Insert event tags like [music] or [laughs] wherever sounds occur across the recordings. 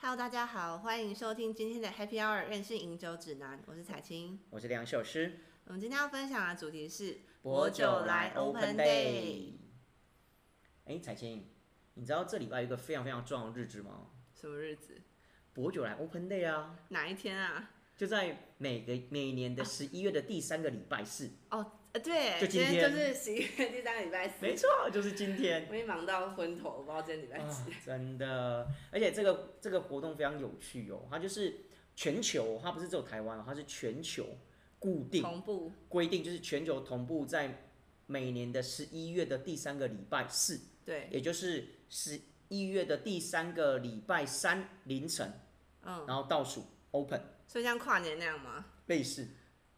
Hello，大家好，欢迎收听今天的 Happy Hour 任性饮酒指南，我是彩青。我是梁秀诗，我们今天要分享的主题是薄酒来 Open Day 诶。。哎，彩青，你知道这礼拜有一个非常非常重要的日子吗？什么日子？薄酒来 Open Day 啊，哪一天啊？就在每个每年的十一月的第三个礼拜四，哦，呃，对，就今天就是十一月第三个礼拜四，没错，就是今天。我也忙到昏头，我不知道今天礼拜啊几。，真的，而且这个这个活动非常有趣哦，它就是全球，它不是只有台湾哦，它是全球固 [laughs] 定同步规定，就是全球同步在每年的十一月的第三个礼拜四对，也就是十一月的第三个礼拜三凌晨，嗯，然后倒数 open 所以像跨年那样吗？类似，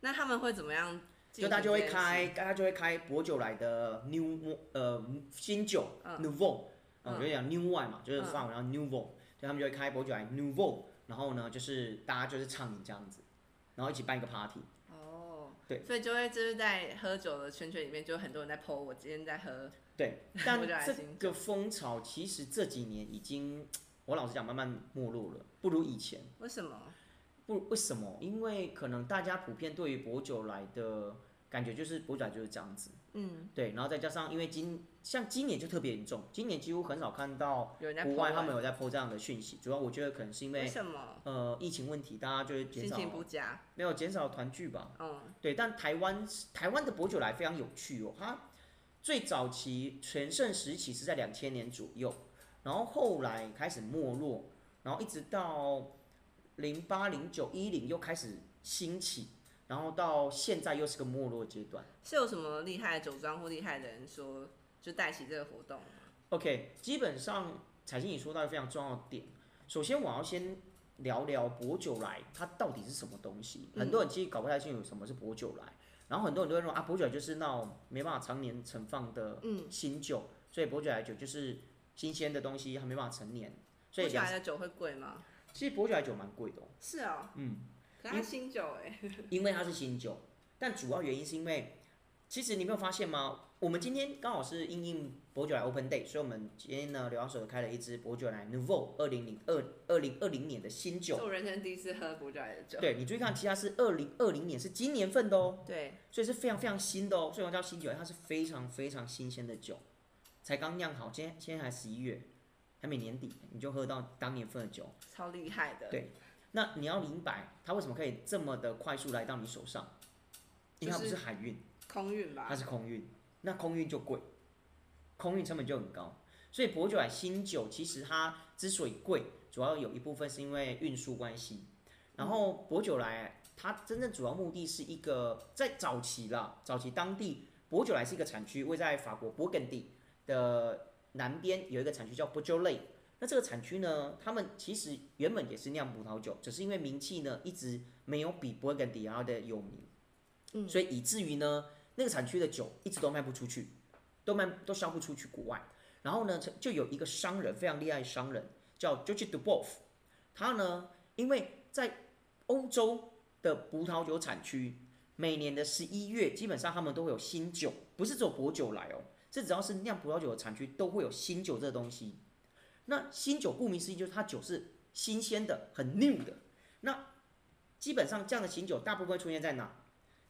那他们会怎么样进行这件事？就大家就会开，大家就会开薄酒来的 new 呃新酒、嗯 nouveau，啊、嗯就讲 new wine 嘛，就是嗯法文，然后 nouveau，就他们就会开薄酒来 nouveau，然后呢就是大家就是畅饮这样子，然后一起办一个 party，哦，对所以就会就是在喝酒的圈圈里面，就有很多人在 PO 我今天在喝，，对 [laughs] 但我就来这新个风潮其实这几年已经，我老实讲慢慢没落了，不如以前。为什么？不，为什么？因为可能大家普遍对于薄酒来的感觉就是薄酒来就是这样子，嗯，对。然后再加上因为今像今年就特别严重，今年几乎很少看到有人在 PO 国外他欸们有在 PO 这样的讯息，主要我觉得可能是因为为什么呃疫情问题，大家就会减心少情不佳？没有减少团聚吧，嗯，对。但台湾台湾的薄酒来非常有趣哦，它最早期全盛时期是在两千年左右，然后后来开始没落，然后一直到零八、零九、一零又开始兴起，然后到现在又是个没落阶段。是有什么厉害的酒庄或厉害的人说就带起这个活动吗？ OK，基本上彩信你说到一个非常重要的点，首先我要先聊聊薄酒来它到底是什么东西。嗯很多人其实搞不太清楚什么是薄酒来，然后很多人都会说啊，薄酒来就是那种没办法常年存放的嗯新酒，所以薄酒来酒就是新鲜的东西，它没办法陈年。所以不起两来的酒会贵吗？其实薄酒来酒蛮贵的、哦，是哦，嗯，可是它新酒哎、因为它是新酒，但主要原因是因为，其实你没有发现吗？我们今天刚好是因应薄酒来 Open Day，所以我们今天呢，疗养手开了一支薄酒来 Nouveau 二零零二二零二零年的新是酒。我人生第一次喝不起来的酒。对你注意看，其他是二零二零年，是今年份的哦，对，所以是非常非常新的哦，所以我们叫新酒，它是非常非常新鲜的酒，才刚酿好，今天现在还十一月，还没年底，你就喝到当年份的酒。超厉害的。对那你要明白它为什么可以这么的快速来到你手上，因为它不就是是海运，空运吧它？是空运，那空运就贵，空运成本就很高。所以薄酒来新酒其实它之所以贵，主要有一部分是因为运输关系。然后薄酒来它真正主要目的是一个在早期啦，早期当地薄酒来是一个产区，位在法国勃艮第的南边有一个产区叫 b o j o l a i 那这个产区呢，他们其实原本也是酿葡萄酒，只是因为名气呢一直没有比勃艮第然后的有名，嗯所以以至于呢，那个产区的酒一直都卖不出去，都卖都销不出去国外。然后呢，就就有一个商人非常厉害的商人叫 George Duboff，他呢，因为在欧洲的葡萄酒产区，每年的十一月基本上他们都会有新酒，不是只有薄酒来哦，这只要是酿葡萄酒的产区都会有新酒这个东西。那新酒顾名思义就是它酒是新鲜的，很 new 的。那基本上这样的新酒大部分出现在哪？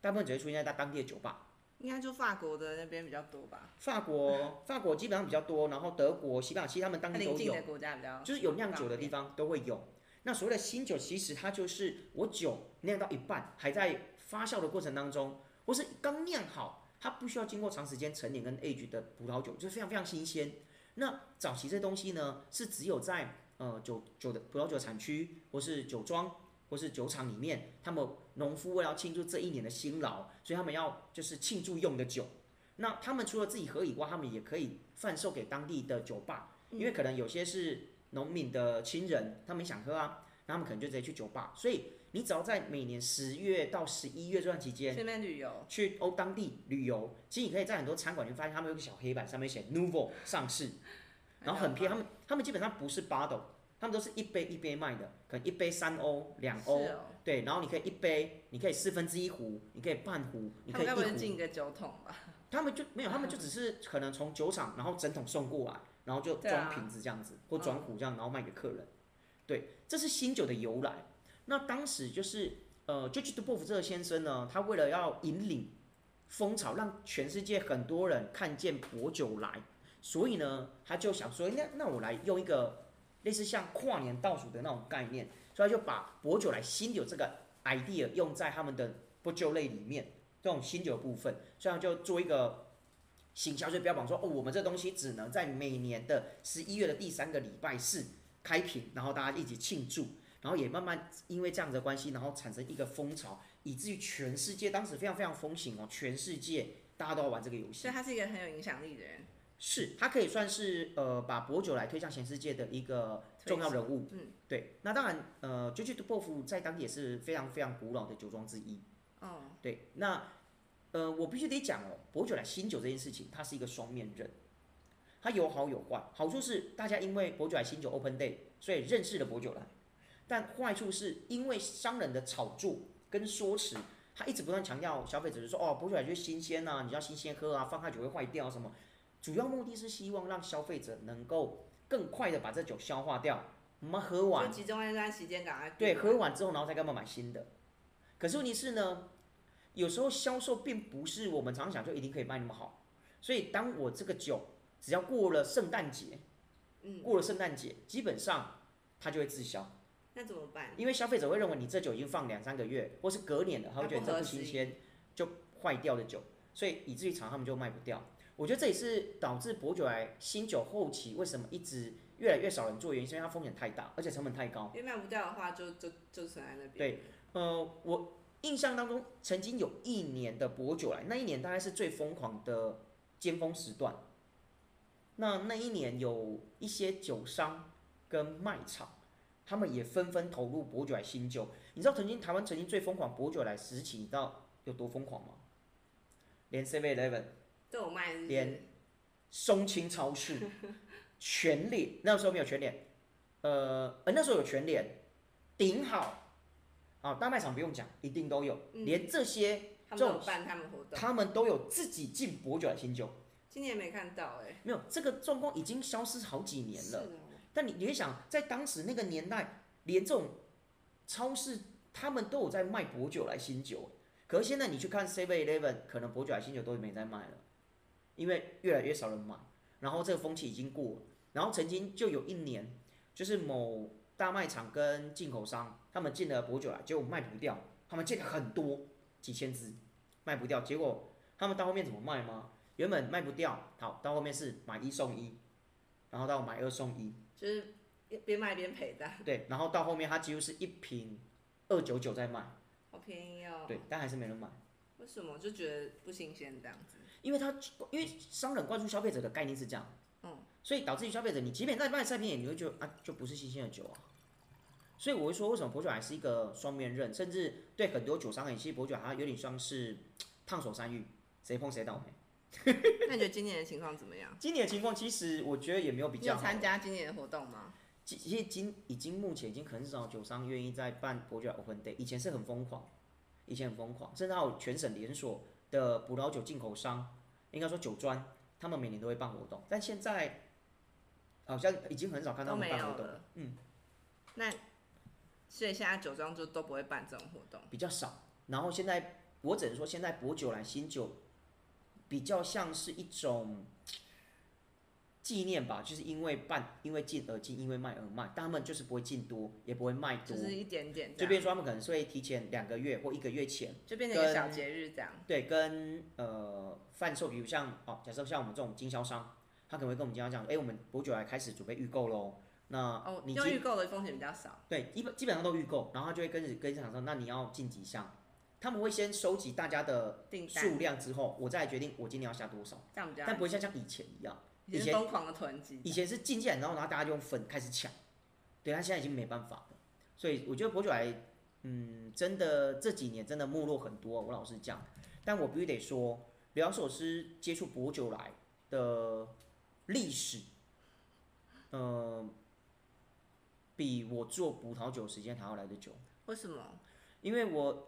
大部分只会出现在它当地的酒吧。应该就法国的那边比较多吧？法国，法国基本上比较多，然后德国、西班牙，其实他们当它地临都近有的，国家比较就是有酿酒的地方都会有。那所谓的新酒，其实它就是我酒酿到一半，还在发酵的过程当中，或是刚酿好，它不需要经过长时间陈年跟 age 的葡萄酒，就是非常非常新鲜。那早期这东西呢，是只有在呃酒酒的葡萄酒产区，或是酒庄，或是酒厂里面，他们农夫为了要庆祝这一年的辛劳，所以他们要就是庆祝用的酒。那他们除了自己喝以外，他们也可以贩售给当地的酒吧，因为可能有些是农民的亲人，他们想喝啊，那他们可能就直接去酒吧。所以你只要在每年十月到十一月这段期间，顺便旅游。去欧当地旅游，其实你可以在很多餐馆，你会发现他们有个小黑板，上面写 Nouveau 上市，然后很便宜。他们他们基本上不是 bottle，他们都是一杯一杯卖的，可能一杯三欧、两欧，是哦，对，然后你可以一杯，你可以四分之一壶，你可以半壶，你他可们以一该不会进壶。一个酒桶吧？他们就没有，他们就只是可能从酒厂，然后整桶送过来，然后就 [laughs] 对啊装瓶子这样子，或装壶这样，然后卖给客人。对，这是新酒的由来。那当时就是呃，George Dubov 这个先生呢，他为了要引领风潮，让全世界很多人看见薄酒来，所以呢，他就想说，那那我来用一个类似像跨年倒数的那种概念，所以他就把薄酒来新酒这个 idea 用在他们的薄酒类里面，这种新酒部分，所以他就做一个。行销就标榜说，哦，我们这东西只能在每年的十一月的第三个礼拜四开瓶，然后大家一起庆祝，然后也慢慢因为这样子的关系，然后产生一个风潮，以至于全世界当时非常非常风行哦，全世界大家都要玩这个游戏所以。他是一个很有影响力的人。是，他可以算是呃把薄酒来推向全世界的一个重要人物。嗯，对。那当然，呃 j u j u d u b o v 在当地也是非常非常古老的酒庄之一。哦，对，那呃，我必须得讲哦，薄酒来新酒这件事情，它是一个双面刃，它有好有坏。好处是大家因为薄酒来新酒 Open Day，所以认识了薄酒来，但坏处是因为商人的炒作跟说辞。他一直不断强调消费者就说哦，薄酒来就是新鲜呐、你要新鲜喝啊，放开酒会坏掉啊什么。主要目的是希望让消费者能够更快的把这酒消化掉，我们喝完就集中在这段时间赶快对，订喝完之后，然后再干嘛买新的。可是问题是呢，有时候销售并不是我们常常想就一定可以卖那么好，所以当我这个酒只要过了圣诞节，嗯，过了圣诞节，基本上它就会滞销，那怎么办？因为消费者会认为你这酒已经放两三个月，或是隔年了，他会觉得你这不新鲜，就坏掉的酒，所以以至于厂他们就卖不掉。我觉得这也是导致薄酒来新酒后期为什么一直越来越少人做的原因，是因为它风险太大，而且成本太高。因为卖不掉的话就，就就存在那边。对，呃，我印象当中曾经有一年的薄酒来，那一年大概是最疯狂的尖峰时段。那那一年有一些酒商跟卖场，他们也纷纷投入薄酒来新酒。你知道曾经台湾曾经最疯狂薄酒来时期，你知道有多疯狂吗？连 Seven Eleven、都有卖是不是连松青超市、全脸，那时候没有全脸，呃呃，那时候有全脸，顶好，啊，大卖场不用讲，一定都有，嗯连这些他们都这有种办他们活动，他们都有自己进薄酒来新酒，今年没看到哎、没有这个状况已经消失好几年是了。哦但你你会想，在当时那个年代，连这种超市他们都有在卖薄酒来新酒，可是现在你去看 Seven Eleven，可能薄酒来新酒都没在卖了，因为越来越少人买，然后这个风气已经过了。然后曾经就有一年，就是某大卖场跟进口商他们进了薄酒来，结果卖不掉，他们进了很多几千支，卖不掉，结果他们到后面怎么卖吗？原本卖不掉，好，到后面是买一送一，然后到买二送一，就是边边卖边赔的，啊对，然后到后面它几乎是一瓶二九九在卖，好便宜哦。对，，但还是没人买，为什么就觉得不新鲜这样子？因为它因为商人灌输消费者的概念是这样，嗯，所以导致于消费者你即便再卖再便宜，你会觉得啊就不是新鲜的酒啊，所以我会说为什么薄酒还是一个双面刃，甚至对很多酒商而言，其实薄酒它有点像是烫手山芋，谁碰谁倒霉。那你觉得今年的情况怎么样？今年的情况其实我觉得也没有比你有较好，参加今年的活动吗？其其实今已经目前已经很少酒商愿意在办伯爵 Open Day，以前是很疯狂，以前很疯狂，甚至还有全省连锁的葡萄酒进口商，应该说酒庄，他们每年都会办活动，但现在好像已经很少看到都他们没有办活动，了。嗯，那所以现在酒庄就都不会办这种活动。比较少。然后现在我只能说，现在薄酒来新酒比较像是一种纪念吧，就是因为办，因为进而进，因为卖而卖，但他们就是不会进多，也不会卖多，就是一点点这就样，变成说他们可能是会提前两个月或一个月前，就变成一个跟小节日这样。对，跟呃贩售，比如像哦，假设像我们这种经销商，他可能会跟我们经销商讲，哎、我们薄酒来开始准备预购喽。那哦，你用基预购的风险比较少，对，基本基本上都预购，然后他就会跟跟厂商说，那你要进几箱？他们会先收集大家的订单数量之后，我再来决定我今年要下多少，这样比较但不会像像以前一样，以前是以前疯狂的囤积，以前是进进来，然后然后大家就用粉开始抢，对他现在已经没办法了，所以我觉得薄酒来，嗯，真的这几年真的没落很多，啊我老实讲，但我必须得说，两首诗接触薄酒来的历史，呃，比我做葡萄酒时间还要来得久，为什么？因为我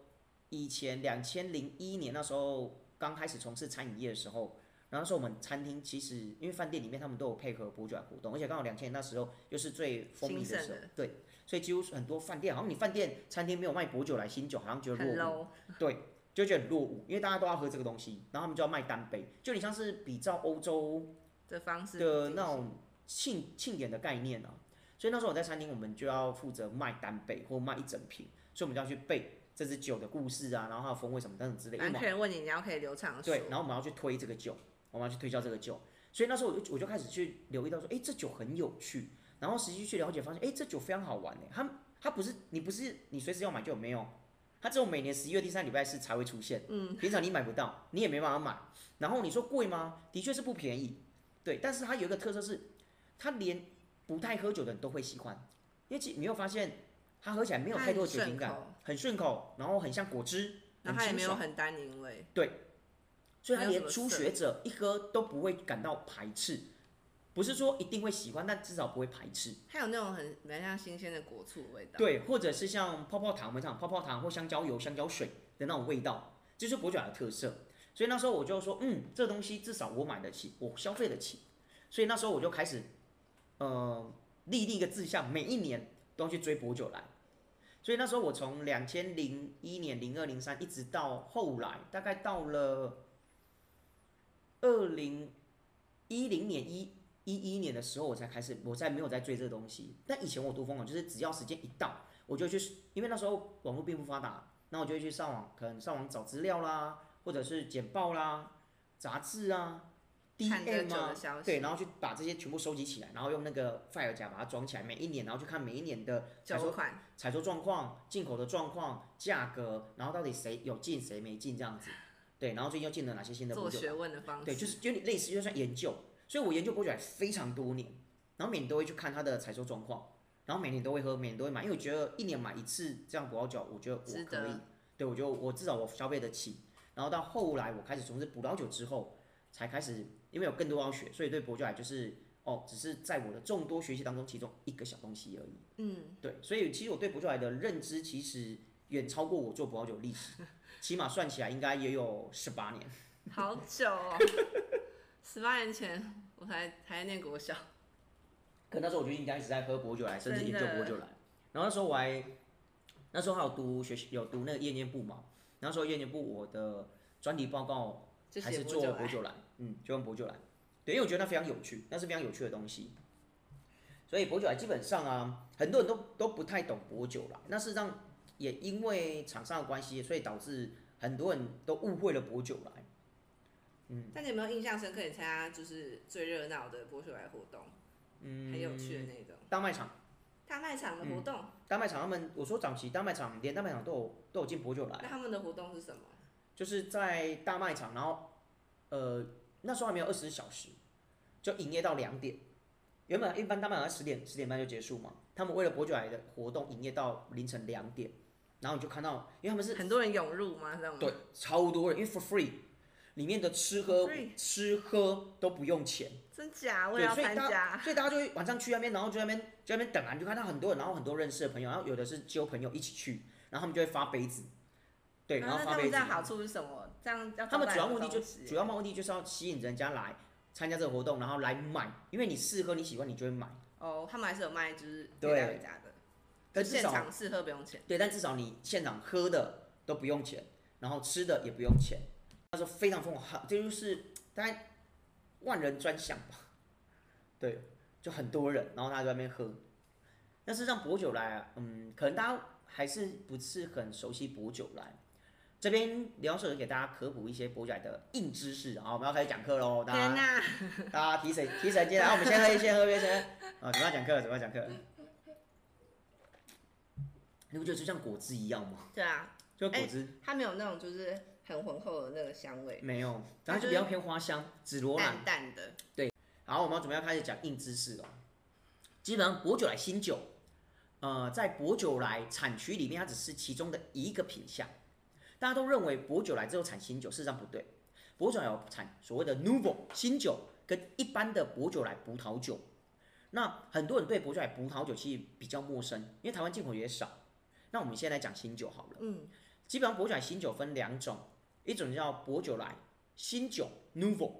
以前两千零一年那时候刚开始从事餐饮业的时候，然后那时候我们餐厅其实因为饭店里面他们都有配合补酒活动，而且刚好两千年那时候又是最风靡兴的盛时候的，对，所以几乎是很多饭店，好像你饭店餐厅没有卖薄酒来新酒，好像觉得很落伍， low，对，就觉得很落伍，因为大家都要喝这个东西，然后他们就要卖单杯，就你像是比照欧洲的方式的进那行种庆庆典的概念啊。所以那时候我在餐厅，我们就要负责卖单杯或卖一整瓶，所以我们就要去背这支酒的故事啊，然后它的风味什么等等之类。因为反我正们客人问你，你要可以流畅地说。对，然后我们要去推这个酒，我们要去推销这个酒。所以那时候我就我就开始去留意到说，哎、这酒很有趣。然后实际去了解，发现，哎、这酒非常好玩诶、它它不是你不是你随时要买就有没有，它只有每年十一月第三礼拜四才会出现，嗯，平常你买不到，你也没办法买。然后你说贵吗？的确是不便宜，对。但是它有一个特色是，它连不太喝酒的人都会喜欢，因为其你有发现它喝起来没有它太多很的酒顺精感，口，很顺口，然后很像果汁，然后它也清没有爽很单宁味，所以他没有连什么初学者一喝都不会感到排斥，不是说一定会喜欢，但至少不会排斥。它有那种很蛮像新鲜的果醋的味道。，对，或者是像泡泡糖，我们讲泡泡糖或香蕉油、香蕉水的那种味道，这就是伯爵的特色。所以那时候我就说，嗯，这东西至少我买得起，我消费得起。所以那时候我就开始，呃，立定一个志向，每一年都要去追博酒来。所以那时候我从两千零一年、零二、零三一直到后来，大概到了二零一零年一一一年的时候，我才开始，我才没有在追这个东西。但以前我多疯狂，就是只要时间一到，我就去，因为那时候网络并不发达，那我就会去上网，可能上网找资料啦，或者是简报啦、杂志啊、看这 DM 酒啊的，消息，对，然后去把这些全部收集起来，然后用那个 file 夹把它装起来，每一年，然后去看每一年的采酒收款采收状况、进口的状况、价格，然后到底谁有进谁没进这样子。对，然后最近又进了哪些新的做补酒学问的方式，对，就是就类似就像研究，所以我研究波酒来非常多年，然后每年都会去看它的采收状况，然后每年都会喝，每年都会买，因为我觉得一年买一次这样葡萄酒，我觉得我值可以得，对我觉得我至少我消费得起。然后到后来我开始从事葡萄酒之后，才开始因为有更多要学，所以对波酒来就是哦，只是在我的众多学习当中其中一个小东西而已。嗯，对，所以其实我对葡萄酒的认知其实远超过我做葡萄酒 [laughs] 历史，起码算起来应该也有十八年。好久哦，十八年前我才才念国小，可那时候我就应该一直在喝薄酒来，甚至研究真的薄酒来。然后那时候我还，那时候还有读学习，有读那个夜间部嘛。那时候夜间部我的专题报告就还写是不做久薄来，酒来，嗯，就用薄酒来。对，因为我觉得那非常有趣，那是非常有趣的东西。所以薄酒来基本上啊，很多人都都不太懂薄酒来。那事实上也因为厂商的关系，所以导致很多人都误会了薄酒来。但你有没有印象深刻？你参加就是最热闹的博学来活动，嗯，很有趣的那种大卖场。大卖场嗯的活动，大卖场他们，我说早期大卖场连大卖场都有都有进薄酒来那，他们的活动是什么？就是在大卖场，然后呃那时候还没有二十小时，就营业到两点。原本一般大卖场十点十点半就结束嘛，他们为了博酒来的活动营业到凌晨两点，然后你就看到，因为他们是很多人涌入吗？这样吗？对，超多人，因为 for free，里面的吃喝 For free 吃喝都不用钱，真假？我对也要所以参大加。所以大家就会晚上去那边，然后就在那边就在那边等啊，你就看到很多人，然后很多认识的朋友，然后有的是揪朋友一起去，然后他们就会发杯子，对，然那后啊那发他杯们这。子样好处是什么？这样要他们招待主要很目多的就东西主要目的就是要吸引人家来参加这个活动，然后来买，因为你试喝你喜欢你就会买，哦，他们还是有卖，就是可以对带回家的，但就至现少场试喝不用钱。对，但至少你现场喝的都不用钱，然后吃的也不用钱，那时候非常疯狂，这就是大概万人专享吧， [laughs] 对，就很多人，然后大家在那边喝。但是让薄酒来啊，嗯，可能大家还是不是很熟悉薄酒来。这边聊社给大家科普一些薄酒来的硬知识啊，好我们要开始讲课喽，大家天哪、大家提神提神进来，啊我们先喝一先喝一先。啊，准备要讲课了，准备要讲课了。你不觉得就像果汁一样吗？对啊，就果汁、它没有那种就是很浑厚的那个香味，没有，它然后哎就就是比较偏花香、紫罗兰。淡淡的。好，我们要准备要开始讲硬知识了。基本上，薄酒来新酒，呃，在薄酒来产区里面，它只是其中的一个品项。大家都认为薄酒来之后产新酒，事实上不对。薄酒来有产所谓的 Nouveau 新酒，跟一般的薄酒来葡萄酒。那很多人对薄酒来葡萄酒其实比较陌生，因为台湾进口也少。那我们先来讲新酒好了。嗯，基本上薄酒来新酒分两种，一种叫薄酒来新酒 （Nouveau），Nouveau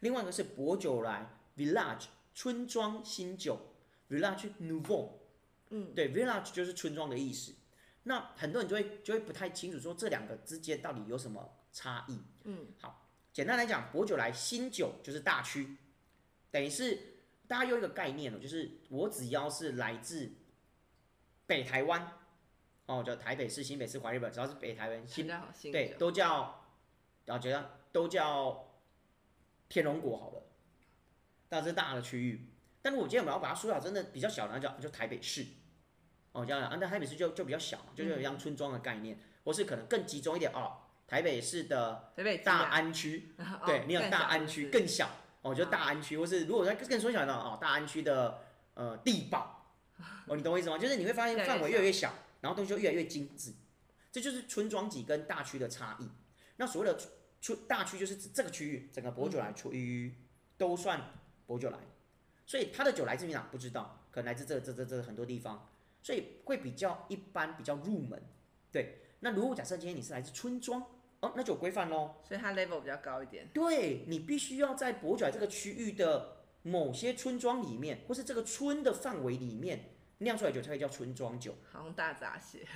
另外一个是薄酒来 Village 村庄新酒 Village Nouveau，嗯，对，Village 就是村庄的意思。那很多人就会就会不太清楚说这两个之间到底有什么差异。嗯，好，简单来讲，薄酒来新酒就是大区，等于是大家有一个概念哦，就是我只要是来自北台湾，哦，叫台北市、新北市、华日本，只要是北台湾、新比较好新对，酒，都叫，然后觉得都叫天龙国好了，但是大的区域。但是我今天我们要把它缩小，真的比较小的，那叫就台北市。哦，这样啊，那台北市就就比较小嘛，就是有像村庄的概念，或是可能更集中一点哦。台北市的台北大安区，安对，你有大安区哦更小哦，就啊大安区，或是如果再更缩小呢，哦，大安区的呃地堡，哦，你懂我意思吗？就是你会发现越来越范围越来越小，然后东西就越来越精致，这就是村庄级跟大区的差异。那所谓的区大区就是指这个区域，整个博酒来区域都算博酒来，所以它的酒来自于哪不知道，可能来自这这这这很多地方，所以会比较一般，比较入门。对，那如果假设今天你是来自村庄，哦，那就有规范喽。所以它 level 比较高一点。对你必须要在博角这个区域的某些村庄里面，或是这个村的范围里面酿出来的酒才会叫村庄酒。好像大闸蟹，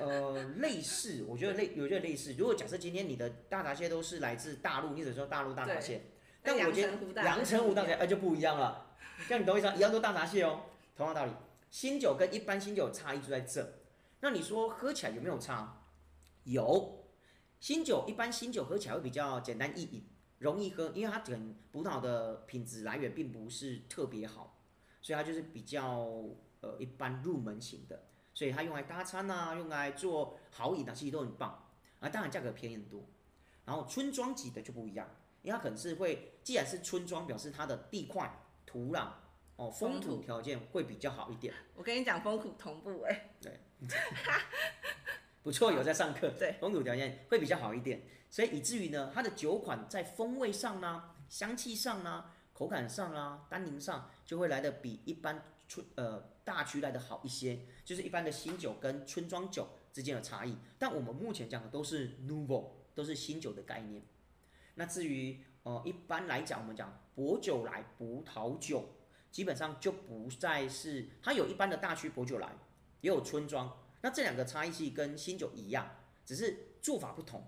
呃，类似，我觉得类，有觉得类似。如果假设今天你的大闸蟹都是来自大陆，你只能说大陆大闸蟹，但我觉得阳澄湖大闸蟹阳澄湖大闸蟹哎就不一样了。这样你懂我意思吗？一样都大闸蟹哦，同样道理。新酒跟一般新酒差异就在这。那你说喝起来有没有差？有，新酒一般新酒喝起来会比较简单易饮，容易喝，因为它整葡萄的品质来源并不是特别好，所以它就是比较呃一般入门型的，所以它用来搭餐啊，用来做好饮啊，其实都很棒啊，当然价格便宜很多。然后村庄级的就不一样，因为它可能是会，既然是村庄，表示它的地块、土壤、哦风风土土条件会比较好一点。我跟你讲，风土同步哎、不错，有在上课，对，风土条件会比较好一点，所以以至于呢，它的酒款在风味上呢、香气上呢、口感上啊、单宁上，就会来的比一般村呃大区来的好一些，就是一般的新酒跟村庄酒之间的差异。但我们目前讲的都是 nouveau，都是新酒的概念。那至于呃一般来讲，我们讲薄酒来葡萄酒，基本上就不再是它有一般的大区薄酒来，也有村庄。那这两个差异性跟新酒一样，只是做法不同。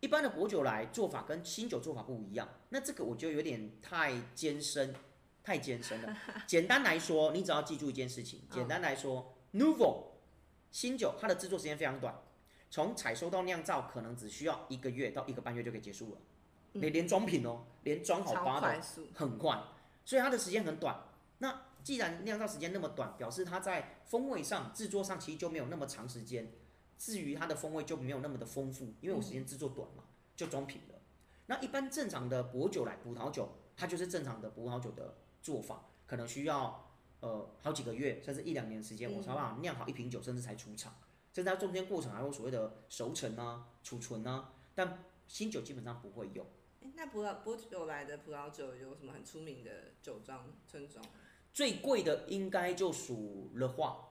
一般的薄酒来做法跟新酒做法不一样，那这个我觉得有点太艰深，太艰深了。简单来说，你只要记住一件事情，简单来说、n o u v e a 新酒它的制作时间非常短，从采收到酿造可能只需要一个月到一个半月就可以结束了，连连装瓶哦，连装好超八的哦快速，很快，所以它的时间很短。那既然酿造时间那么短，表示它在风味上、制作上其实就没有那么长时间。至于它的风味就没有那么的丰富，因为我时间制作短嘛，就装瓶了。那一般正常的薄酒来葡萄酒，它就是正常的葡萄酒的做法，可能需要呃好几个月甚至一两年时间，我才嗯把它酿好一瓶酒，甚至才出厂。甚至它中间过程还有所谓的熟成啊、储存啊，但新酒基本上不会有。哎那葡萄波酒来的葡萄酒有什么很出名的酒庄村庄？最贵的应该就属乐花，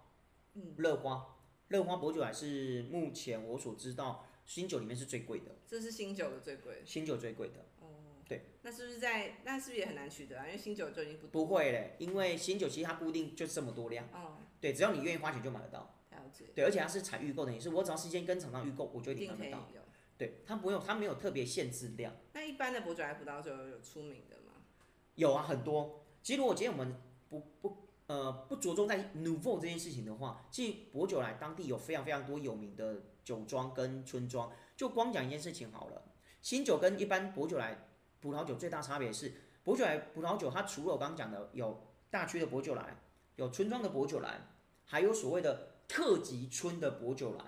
嗯，乐花，乐花薄酒还是目前我所知道新酒里面是最贵的，这是新酒的最贵新酒最贵的。哦。对，那是不是在那是不是也很难取得啊？因为新酒就已经不不会嘞，因为新酒其实它固定就这么多量，哦，对，只要你愿意花钱就买得到，了解，对，而且它是采预购的，也是我只要事先跟厂商预购，我就一一定定看可得以到，有。对，它不用，它没有特别限制量。那一般的伯爵来葡萄酒有出名的吗？有啊，很多。其实如果今天我们不不呃不着重在 Nouveau 这件事情的话，其实博酒来当地有非常非常多有名的酒庄跟村庄。就光讲一件事情好了，新酒跟一般博酒来葡萄酒最大差别是，博酒来葡萄酒它除了我刚刚讲的有大区的博酒来，有村庄的博酒来，还有所谓的特级村的博酒来。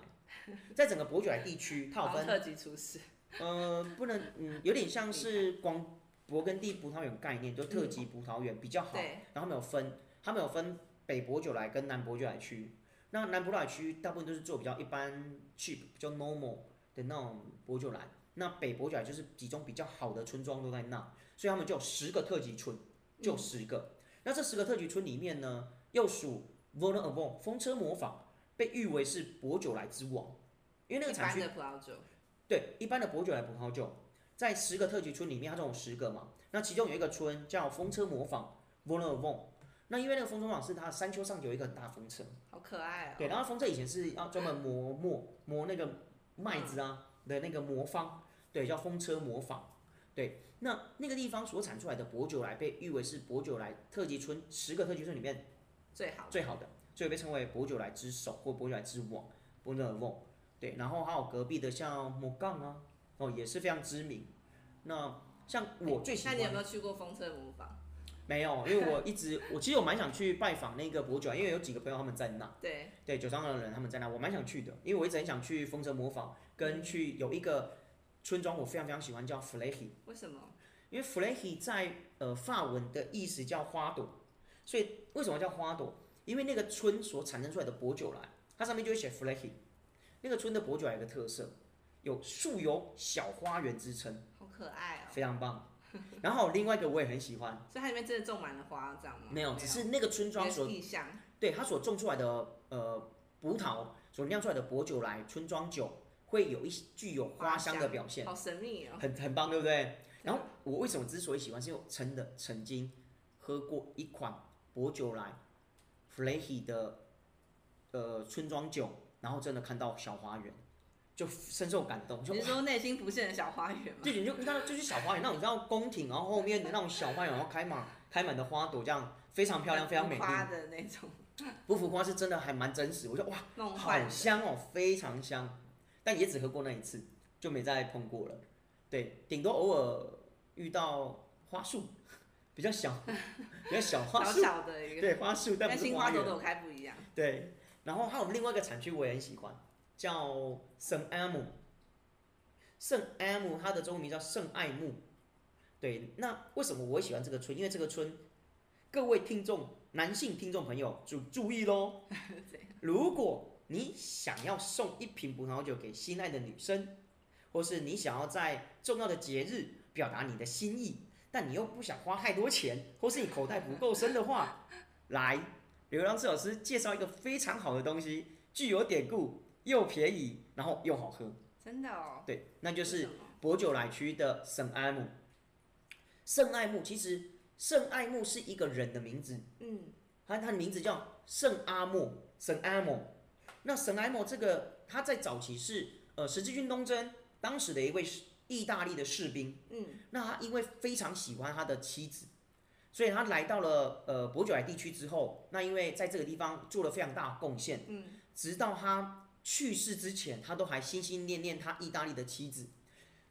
在整个博酒来地区，它有好分特级厨师，呃，不能，嗯，有点像是广勃艮第葡萄园概念，就特嗯级葡萄园比较好。对，然后他们有分，他们有分北博酒来跟南博酒来区。那南博酒来区大部分都是做比较一般 cheap、比较 normal 的那种博酒来。那北博酒来就是集中比较好的村庄都在那，所以他们就有十个特级村，就有十个。那这十个特级村里面呢，又属 v o l a n a v o n 风车模仿，被誉为是博酒来之王，因为那个一产般区的葡萄酒，对，一般的薄酒来葡萄酒，在十个特级村里面，它总有十个嘛。那其中有一个村叫风车磨坊 v o l e r v o n 那因为那个风车磨坊是它山丘上有一个很大风车，好可爱哦。对，然后风车以前是要专门磨磨磨那个麦子啊的那个磨坊，对，叫风车磨坊。对，那那个地方所产出来的薄酒来被誉为是薄酒来特级村十个特级村里面最好的最好的，所以被称为薄酒来之首或薄酒来之王 b o n e r v o n 对，然后还有隔壁的像摩杠啊，哦也是非常知名。那像我最喜那欢哎你有没有去过风车模仿？没有，因为我一直我其实我蛮想去拜访那个博酒来，因为有几个朋友他们在那，对，对九张的人他们在那，我蛮想去的，因为我一直很想去风车模仿，跟去有一个村庄我非常非常喜欢叫 f l e h i 为什么？因为 f l e h i 在呃法文的意思叫花朵，所以为什么叫花朵？因为那个村所产生出来的薄酒来，它上面就会写 f l e h i 那个村的薄酒来有个特色，有树有小花园之称，好可爱哦。非常 [laughs] 棒。然后另外一个我也很喜欢，所以它里面真的种满了花，这样吗？啊没有，只是那个村庄也所是意象。对它所种出来的呃葡萄所酿出来的薄酒来村庄酒，会有一些具有花香的表现，好神秘哦。很很棒，对不对？然后我为什么之所以喜欢，是因为我真的曾经喝过一款薄酒来 f l e h i 的呃村庄酒，然后真的看到小花园，就深受感动，就你是说内心浮现的小花园吗？就你就你看到就是小花园，那种你知道宫廷，然后后面的那种小花园，然后开满开满的花朵，这样非常漂亮，非常美丽，花的那种不浮夸是真的还蛮真实，我就哇。哦梦幻好的。香哦，非常香，但也只喝过那一次，就没再碰过了。对，顶多偶尔遇到花束，比较小，比较小 [laughs] 花小束，小的一个，对花束，但跟不是心花花朵园。朵开不一样。对，然后还有另外一个产区我也很喜欢，叫圣埃姆。圣埃姆它的中文名叫圣爱慕。对，那为什么我会喜欢这个村？因为这个村，各位听众，男性听众朋友注注意喽，如果你想要送一瓶葡萄酒给心爱的女生，或是你想要在重要的节日表达你的心意，但你又不想花太多钱，或是你口袋不够深的话，来，流浪志老师介绍一个非常好的东西，具有典故，又便宜，然后又好喝。真的哦。对，那就是是什么博久来区的圣埃姆。圣埃姆其实圣埃姆是一个人的名字，嗯，他他的名字叫圣阿莫，圣阿莫。那圣阿莫这个，他在早期是呃十字军东征当时的一位士意大利的士兵。嗯，那他因为非常喜欢他的妻子，所以他来到了呃伯爵海地区之后，那因为在这个地方做了非常大的贡献，嗯，直到他去世之前，他都还心心念念他意大利的妻子。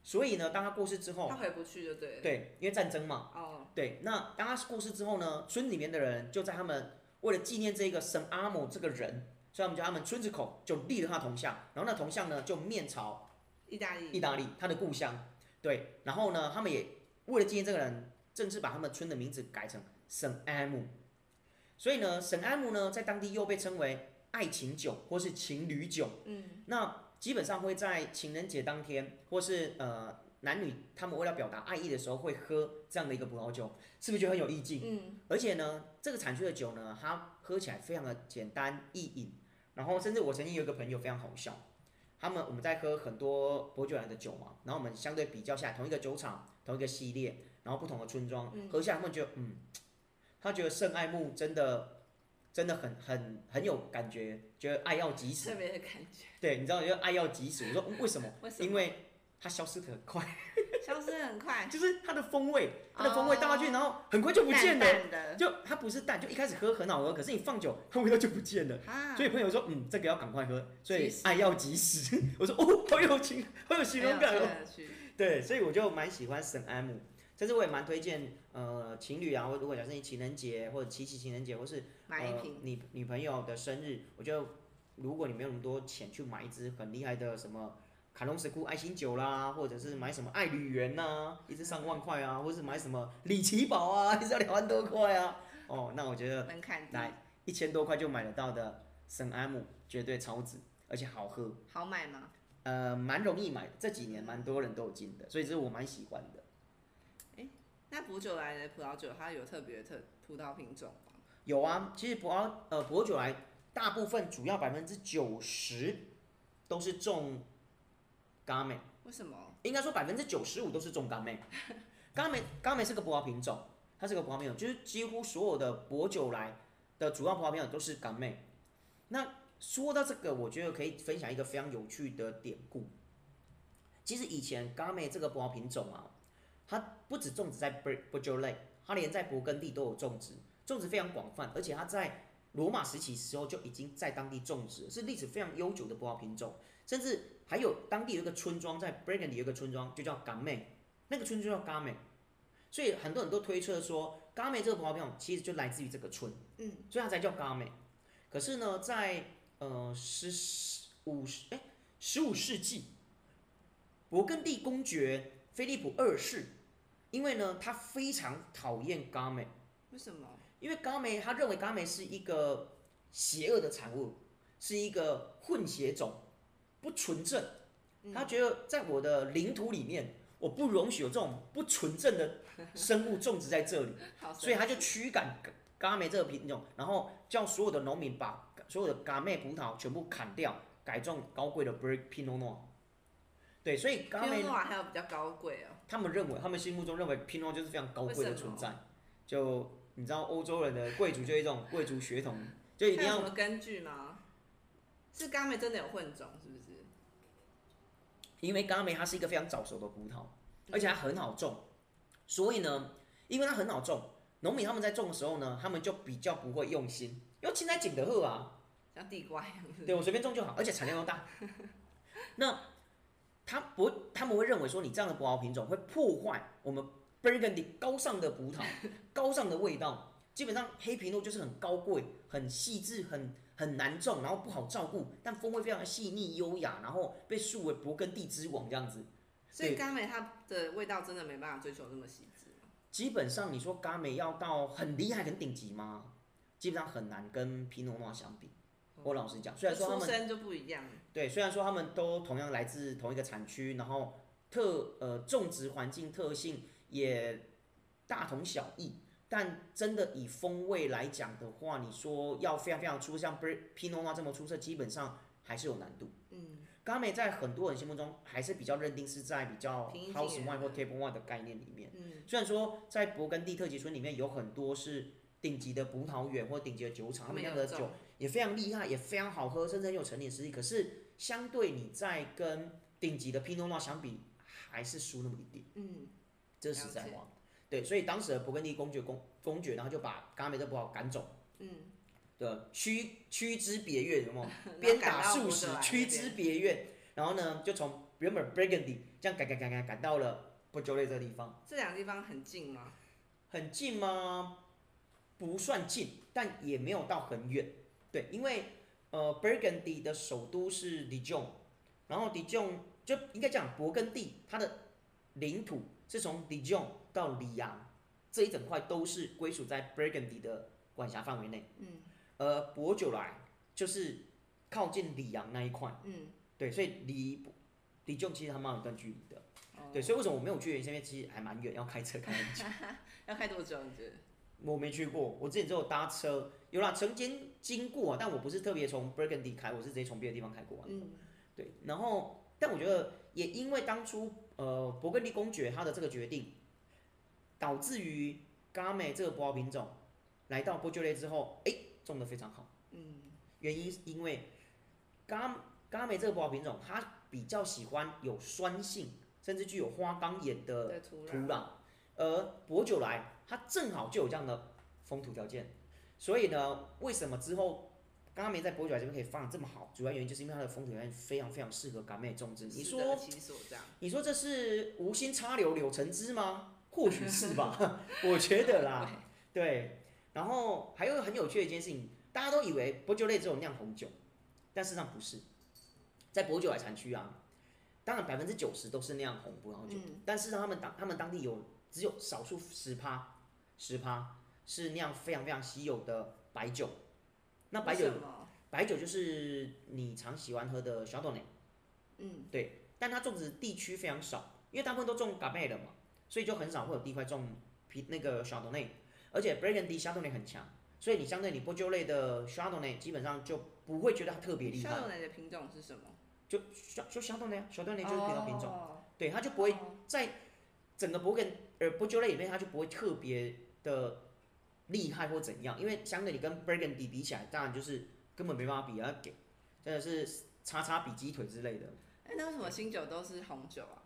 所以呢，当他过世之后他，回不去就对了。哦对，因为战争嘛，哦，对，那当他过世之后呢，村里面的人就在他们为了纪念这个圣阿姆这个人，所以他们叫他们村子口就立了他铜像，然后那铜像呢就面朝意大利。意大利他的故乡。对，然后呢，他们也为了纪念这个人，正式把他们村的名字改成圣阿姆。所以呢，圣阿姆呢在当地又被称为爱情酒或是情侣酒。嗯，那基本上会在情人节当天，或是呃男女他们为了表达爱意的时候，会喝这样的一个葡萄酒，是不是觉得很有意境？嗯，而且呢，这个产区的酒呢，它喝起来非常的简单易饮。然后，甚至我曾经有一个朋友非常好笑，他们我们在喝很多伯爵来的酒嘛，然后我们相对比较下来，同一个酒厂、同一个系列，然后不同的村庄，喝下来他们觉得，嗯，他觉得圣爱慕真的真的很很很有感觉，觉得爱要及时特。别的感觉。对，你知道，就爱要及时。我说嗯为什么？为什么？因为它消失的很快， [laughs] 消失得很快，就是它的风味，它的风味哦倒下去，然后很快就不见了。淡淡的就它不是淡，就一开始喝很好喝，可是你放久，它味道就不见了。啊，所以朋友说，嗯，这个要赶快喝，所以及时爱要及时。我说 [laughs] 哦，好有情，好有形容感哦。很有趣。对，所以我就蛮喜欢沈安姆，但是我也蛮推荐呃情侣啊，或如果假设你情人节或者七夕情人节，或是买一呃瓶，你女朋友的生日，我就如果你没有那么多钱去买一支很厉害的什么卡龙石库爱心酒啦，或者是买什么爱旅园呐，一支上万块啊，或者是买什么李奇宝啊，一支要两万多块啊，哦，那我觉得门槛低，来一千多块就买得到的圣安姆绝对超值，而且好喝，好买吗？呃，蛮容易买，这几年蛮多人都有进的，所以这是我蛮喜欢的。那补酒来的葡萄酒，它有特别的特葡萄品种吗？有啊，其实葡萄呃葡萄酒来大部分主要百分之九十都是种 g a m e 为什么？应该说百分之九十五都是种甘梅。甘梅甘梅是个葡萄品种，它是个葡萄品种，就是几乎所有的薄酒来的主要葡萄品种都是甘梅。那说到这个，我觉得可以分享一个非常有趣的典故。其实以前甘梅这个葡萄品种啊，它不止种植在 b r j o l e 它连在勃艮第都有种植，种植非常广泛，而且它在罗马时期时候就已经在当地种植了，是历史非常悠久的葡萄品种。甚至还有当地有一个村庄，在 Burgundy 有一个村庄就叫 g a m e 那个村就叫 g a m e 所以很多人都推测说 g a m e 这个葡萄品种其实就来自于这个村，嗯，所以它才叫 g a m e 可是呢，在呃十五十哎十五世纪，勃艮第公爵菲利普二世，因为呢他非常讨厌 g a m e 为什么？因为 g a m e 他认为 g a m e 是一个邪恶的产物，是一个混血种。不纯正，他觉得在我的领土里面，我不容许有这种不纯正的生物种植在这里，好神奇，所以他就驱赶嘎嘎梅这个品种，然后叫所有的农民把所有的嘎梅葡萄全部砍掉，改种高贵的 b r i p i n o n o 对，所以嘎冰梅诺瓦还有比较高贵哦，他们认为，他们心目中认为 Pinot 就是非常高贵的为什存么在。就你知道，欧洲人的贵族就有一种贵族血统，就一它定有什要么根据吗？是刚梅真的有混种，是不是？因为嘎梅它是一个非常早熟的葡萄，嗯而且它很好种，所以呢，因为它很好种，农民他们在种的时候呢，他们就比较不会用心，因为青在景德鹤啊，像地瓜一样，是不对是我随便种就好，而且产量又 [laughs] 大。那他不，他们会认为说你这样的葡萄品种会破坏我们 Burgundy 高尚的葡萄、高尚的味道。基本上黑皮诺就是很高贵、很细致、很很难种，然后不好照顾，但风味非常细腻优雅，然后被树为勃艮第之王这样子。所以对刚梅它的味道真的没办法追求那么细致。基本上你说嘎梅要到很厉害、很顶级吗？基本上很难跟皮诺诺相比。我老实讲，虽然说他出们身就不一样，对，虽然说他们都同样来自同一个产区，然后特呃种植环境特性也大同小异，但真的以风味来讲的话，你说要非常非常出色，像 Bri- Pinot Noir 这么出色，基本上还是有难度。嗯，嘎美在很多人心目中还是比较认定是在比较平易近 House 人 Wine 或的 Table Wine 的概念里面。嗯，虽然说在勃艮第特级村里面有很多是顶级的葡萄园或顶级的酒厂，他们酿的有酒种，也非常厉害，也非常好喝，甚至很有陈年实力。可是相对你在跟顶级的 Pinot Noir 相比，还是输那么一点，嗯，这是实在了解话。对，所以当时的勃艮第公爵公公爵，然后就把嘎梅这葡萄赶走， [laughs] 嗯，的驱驱之别院，有没有？然后鞭嗯赶打到数波十特，莱驱那边之别院。然后呢，就从原本 Burgundy 这样赶赶赶赶赶到了 b o j o l e 这个地方。这两个地方很近吗？很近吗？不算近，但也没有到很远。对，因为呃，Burgundy 的首都是 Dijon，然后 Dijon 就应该讲勃艮第，它的领土是从 Dijon 到里昂这一整块都是归属在 Burgundy 的管辖范围内。嗯而博久莱就是靠近里昂那一块，嗯，对，所以离 Dijon 其实还蛮有一段距离的。哦对，所以为什么我没有去原因是因为其实还蛮远，要开车开很久。要开多久？你觉得？我没去过，我之前只有搭车，有啦，曾经经过，啊但我不是特别从 Burgundy 开，我是直接从别的地方开过啊。嗯，对，然后，但我觉得也因为当初呃勃艮第公爵他的这个决定，导致于 g a m e 这个葡萄品种来到波 o l 之后，哎，种的非常好。嗯，原因是因为 g a m g a m e 这个葡萄品种，它比较喜欢有酸性，甚至具有花岗岩的在土呃土壤，壤，而博久来它正好就有这样的风土条件，所以呢，为什么之后刚刚没在博久来这边可以放得这么好？主要原因就是因为它的风土条件非常非常适合甘妹种植。你适得说，其所这样，你说这是无心插柳柳成 [laughs] 枝吗？或许是吧，我觉得啦。对，然后还有很有趣的一件事情，大家都以为博酒类只有酿红酒，但事实上不是，在博酒来产区啊，当然百分之九十都是酿红葡萄酒，嗯但事实上他们当他们当地有只有少数十趴，十趴是酿非常非常稀有的白酒。那白酒为什么？白酒就是你常喜欢喝的 s h a d o n n a y 嗯，但它种植地区非常少，因为大部分都种 g a b a 了嘛，所以就很少会有地块种皮那个 Chardonnay，而且 Burgundy Chardonnay 很强，所以你相对你波鸠类的 Chardonnay 基本上就不会觉得它特别厉夏害龙，奶的品种是什么？就相就相当的呀，小豆泥就是葡萄品种，哦对，它就不会哦在整个勃艮呃波鸠类里面，它就不会特别的厉害或怎样，因为相对你跟 Burgundy 比起来，当然就是根本没办法比啊，给真的是叉叉比鸡腿之类的。哎，那为什么新酒都是红酒啊？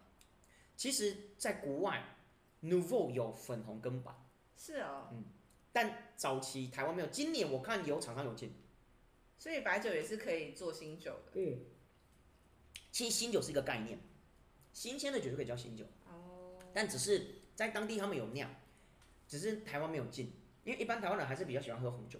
其实，在国外 Nouveau 有粉红跟白，是哦，嗯但早期台湾没有，今年我看有厂商有进。所以白酒也是可以做新酒的。嗯，其实新酒是一个概念，新鲜的酒就可以叫新酒，哦，但只是在当地他们有酿，只是台湾没有进，因为一般台湾人还是比较喜欢喝红酒。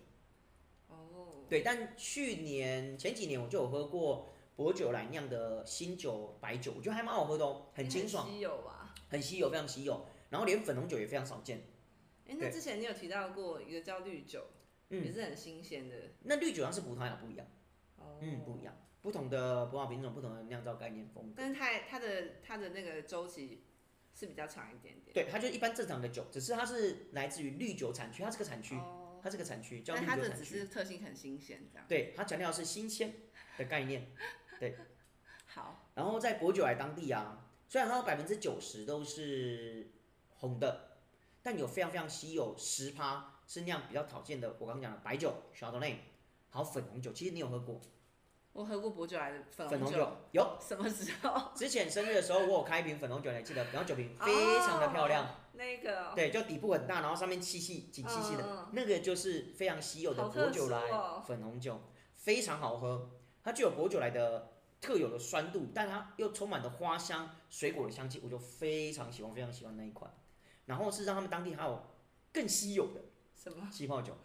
哦，对，但去年前几年我就有喝过薄酒来酿的新酒白酒，我觉得还蛮好喝的哦，很清爽，稀有啊吧？很稀有，非常稀有。然后连粉红酒也非常少见。哎，那对之前你有提到过一个叫绿酒，嗯也是很新鲜的。那绿酒它是葡萄牙不一样，哦，嗯，不一。样，不同的葡萄品种，不同的酿造概念风格。但是它它的它的那个周期是比较长一点点。对，它就是一般正常的酒，只是它是来自于绿酒产区，它是个产区，哦，它是个产区叫但绿它酒的产只区。是特性很新鲜这样。对，它强调的是新鲜的概念。好，然后在博酒来当地啊，虽然它有百分之九十都是红的，但有非常非常稀有十趴是那样比较少见的。我刚刚讲的白酒 Chardonnay，还有粉红酒，其实你有喝过我喝过伯爵来的粉粉红红酒？有，什么时 [laughs] 候？之前生日的时候我有开一瓶粉红酒，你还记得？然后酒瓶非常的漂亮，那个哦对，就底部很大，然后上面细细紧细细的，嗯嗯那个就是非常稀有的好薄特酒殊来哦粉红酒，非常好喝。它具有薄酒来的特有的酸度，但它又充满了花香、水果的香气，我就非常喜欢，非常喜欢那一款。然后是让他们当地还有更稀有的什么？气泡酒，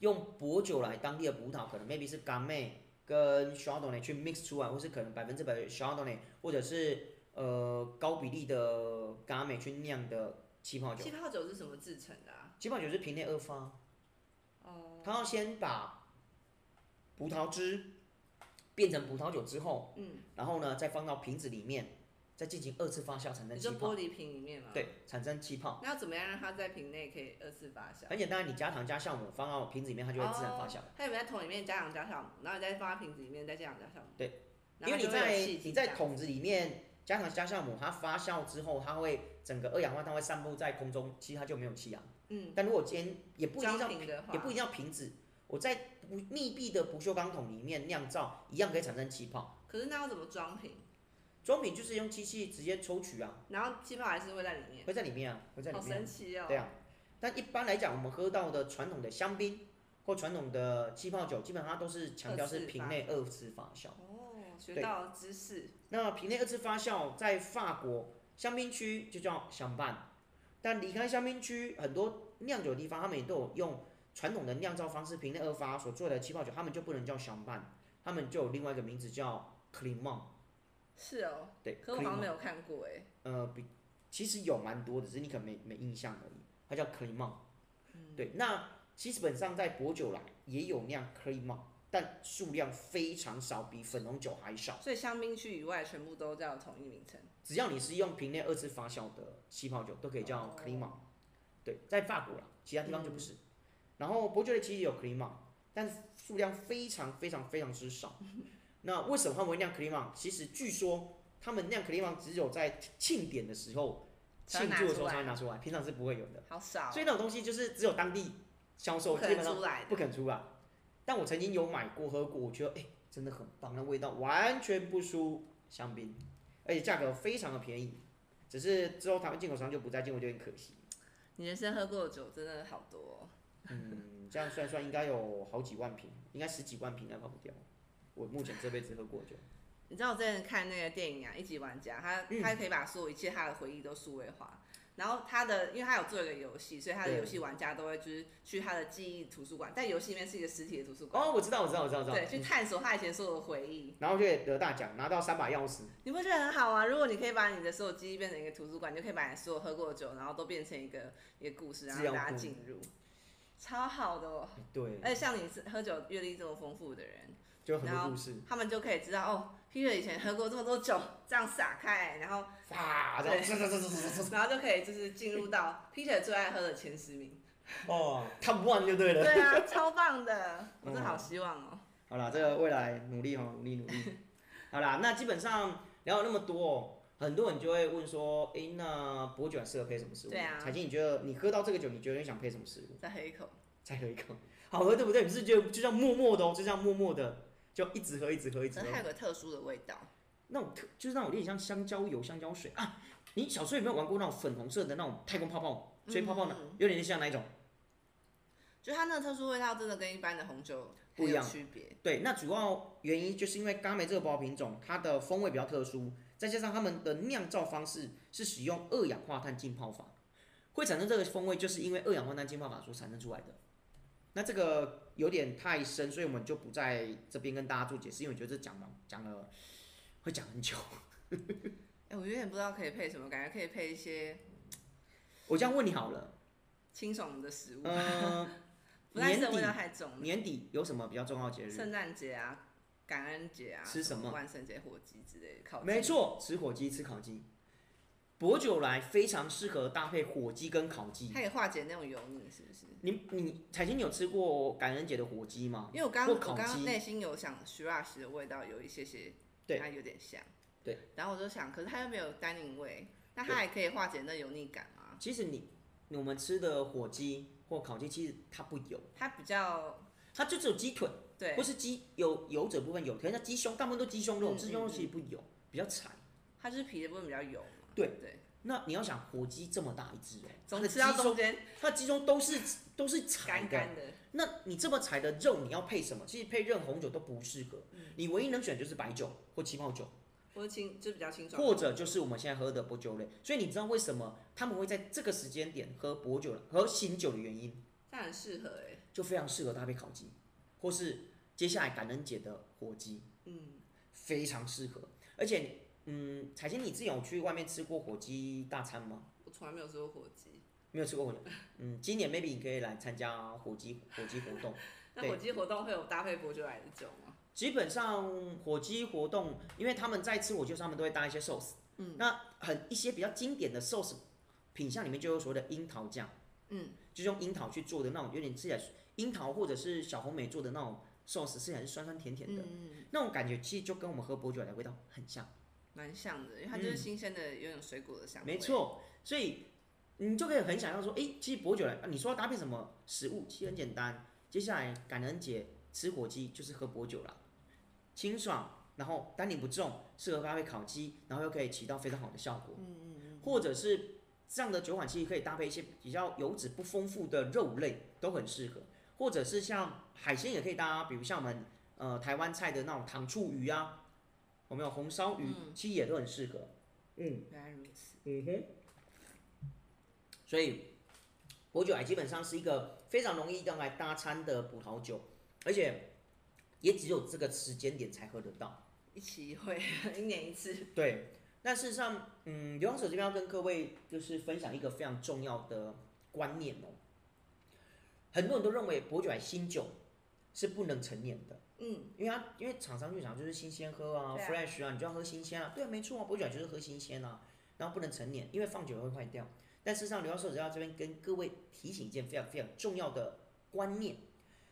用薄酒来当地的葡萄，可能 maybe 是 g a m a 跟 Chardonnay 去 mix 出来，或是可能百分之百的 Chardonnay，或者是呃高比例的 g a m a 去酿的气泡酒气。泡酒是什么制成的啊？气泡酒是瓶内二发，哦，它要先把葡萄汁变成葡萄酒之后，嗯，然后呢再放到瓶子里面，再进行二次发酵产生你气说泡玻，璃瓶里面吗？。对，产生气泡。那要怎么样让它在瓶内可以二次发酵？很简单，你加糖加酵母放到瓶子里面，它就会自然发酵。哦。它有没有在桶里面加糖加酵母，然后你再放在瓶子里面再加糖加酵母？对然因后为它就你会有在气体你在这样桶子里面加糖加酵母，它发酵之后，它会整个二氧化碳会散布在空中，其实它就没有气啊。嗯，但如果今天也不一装定要瓶的话也不一定要瓶子，我在不密闭的不锈钢桶里面酿造，一样可以产生气泡。可是那要怎么装瓶？装瓶就是用机器直接抽取啊，然后气泡还是会在里面，会在里面啊，会在里好面神啊、奇哦。对啊，但一般来讲，我们喝到的传统的香槟或传统的气泡酒，基本上它都是强调是瓶内二次发酵。哦，学对到了知识。那瓶内二次发酵在法国香槟区就叫香伴，但离开香槟区，很多酿酒的地方，他们也都有用传统的酿造方式瓶内二发所做的气泡酒，他们就不能叫香伴，他们就有另外一个名字叫 c l i m o n 是哦，对，可我好像 Clément 没有看过哎。呃，比其实有蛮多的，只是你可能没没印象而已。它叫 c l i m o n 对，那基本上在薄酒来也有酿 c l i m o n 但数量非常少，比粉红酒还少。所以香槟区以外全部都叫同一名称。只要你是用瓶内二次发酵的气泡酒，都可以哦叫 c l i m o n 对，在法国啦，其他地方就不嗯是。然后伯爵的其实有 c l i m o n 但是数量非常非常非常 [laughs] 之少。那为什么他们会酿 c l i m o n 其实据说他们酿 c l i m o n 只有在庆典的时候、才会庆拿祝的出时候才来会拿出来，平常是不会有的。好少哦，所以那种东西就是只有当地销售，不可基本能上出来不的。肯出来。但我曾经有买过喝过，我觉得哎、真的很棒，那味道完全不输香槟，而且价格非常的便宜。只是之后台湾进口商就不再进，我就有点可惜。你人生喝过的酒真的好多哦。嗯，这样算算应该有好几万瓶，应该十几万瓶应该跑不掉。我目前这辈子喝过酒，你知道我之前看那个电影啊，《一级玩家》他，他嗯可以把所有一切他的回忆都数位化。然后他的，因为他有做一个游戏，所以他的对游戏玩家都会就是去他的记忆图书馆，但游戏里面是一个实体的图书馆，哦，我知道，我知道，我知道，我知道。对，去嗯探索他以前所有的回忆。然后就也得大奖，拿到三把钥匙。你不觉得很好啊？如果你可以把你的所有记忆变成一个图书馆，你就可以把你所有喝过的酒，然后都变成一个一个故事，然资后料大家库进入，超好的哦。哎对，而且像你是喝酒阅历这么丰富的人，就很然后多故事，他们就可以知道哦，Peter 以前喝过这么多酒，这样撒开，然 [laughs] 后哇，这样，这这这这这这，然后就可以就是进入到 Peter 最爱喝的前十 [laughs] 名。哦，Top One 就对了。 [laughs] 对啊，超棒的，我真的好希望哦。 [laughs] 好啦，这个未来努力哈，努力努力。好啦，那基本上聊了那么多，哦很多人就会问说，诶，那伯爵适合配什么食物？对啊彩金，你觉得你喝到这个酒，你觉得你想配什么食物？ [laughs] 再喝一口，再喝一口，好喝对不对？你是觉得就这样默默的哦，就这样默默的，就一直喝，一直喝，一可直喝能。它有个特殊的味道。那种特就是那种有点像香蕉油、香蕉水啊。你小时候有没有玩过那种粉红色的那种太空泡泡，吹泡泡呢？嗯有点像那一种。就它那个特殊味道，真的跟一般的红酒很不一有样区别。对，那主要原因就是因为嘎梅这个葡萄品种，它的风味比较特殊，再加上他们的酿造方式是使用二氧化碳浸泡法，会产生这个风味，就是因为二氧化碳浸泡法所产生出来的。那这个有点太深，所以我们就不在这边跟大家做解释，因为我觉得这讲完讲了会讲很久。哎、我有点不知道可以配什么，感觉可以配一些我这样问你好了，清爽的食物，嗯、 [laughs] 不太年适合底味道太重的。年底有什么比较重要的节日？圣诞节啊，感恩节啊，吃什么万圣节火鸡之类的烤。没，错，吃火鸡，吃烤鸡。薄酒来非常适合搭配火鸡跟烤鸡它。也化解那种油腻，是不是？你你彩琴，你有吃过感恩节的火鸡吗？因为我刚或我烤刚刚鸡内心有想 Shiraz 的味道有一些些，对它有点像，对。然后我就想，可是它又没有单宁味，那它对还可以化解那油腻感吗？其实你我们吃的火鸡或烤鸡，其实它不油，它比较它就只有鸡腿，对或，是鸡有油脂的部分有，可是它鸡胸大部分都鸡嗯胸肉，嗯鸡胸肉其实不油，比较柴。它就是皮的部分比较油嘛。对对，那你要想火鸡这么大一只哦，它总的吃鸡到中胸，间它的鸡胸都是都是柴干干的，的，那你这么柴的肉，你要配什么？其实配任何红酒都不适合，嗯你唯一能选就是白酒或气泡酒，或者清就比较清爽。或者就是我们现在喝的薄酒类。所以你知道为什么他们会在这个时间点喝薄酒喝醒酒的原因，它很适合哎、就非常适合搭配烤鸡，或是接下来感恩节的火鸡，嗯，非常适合。而且，嗯，彩琴，你之前有去外面吃过火鸡大餐吗？我从来没有吃过火鸡，没有吃过火鸡，嗯，今年 maybe 你可以来参加火鸡火鸡活动。 [laughs] 那对火鸡活动会有搭配伯爵来的酒吗？基本上火鸡活动，因为他们在吃火鸡的时候，他们都会搭一些 sauce。嗯，那很一些比较经典的 sauce 品相里面就有所谓的樱桃酱，嗯，就是用樱桃去做的那种，有点吃起来樱桃或者是小红莓做的那种 sauce，吃起来是酸酸甜甜的，嗯，那种感觉其实就跟我们喝伯爵的味道很像。蛮像的，因为它就是嗯新鲜的，有点水果的香味。没，错，所以你就可以很想要说，诶，其实伯爵来，啊你说要搭配什么食物，其实很简单。接下来感恩节吃火鸡就是喝伯爵啦，清爽，然后单宁不重，适合搭配烤鸡，然后又可以起到非常好的效果。嗯嗯嗯。或者是这样的酒款，其实可以搭配一些比较油脂不丰富的肉类，都很适合。或者是像海鲜也可以搭，比如像我们呃台湾菜的那种糖醋鱼啊，有没有红烧鱼，其实也都很适合。嗯。原来如此。嗯哼，所以薄酒癌基本上是一个非常容易用来搭餐的葡萄酒，而且也只有这个时间点才喝得到。一期一会， [laughs] 一年一次。对，那事实上，嗯，刘洋手这边要跟各位就是分享一个非常重要的观念哦。很多人都认为薄酒癌新酒是不能成年的，嗯，因为它因为厂商就想就是新鲜喝啊对啊 f r e s h 啊，你就要喝新鲜啊，对啊，没错啊，伯爵就是喝新鲜啊，然后不能陈年，因为放久了会坏掉。但事实上，刘教授只要这边跟各位提醒一件非常非常重要的观念，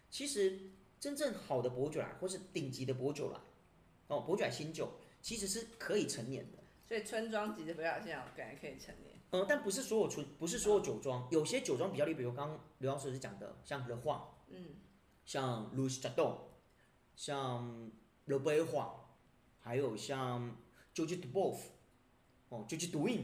其实真正好的伯爵啊来或是顶级的伯爵来，哦，伯爵来新酒其实是可以陈年的，所以村庄级的不要现在我感觉可以成年。呃，但不是所有纯不是所有酒庄，有些酒庄比较例，比如刚刚刘教授是讲的，像 Le Huang，嗯，像 Louis j a d o n 像 l e b e r a 还有像 George Dubov，哦，George Duin，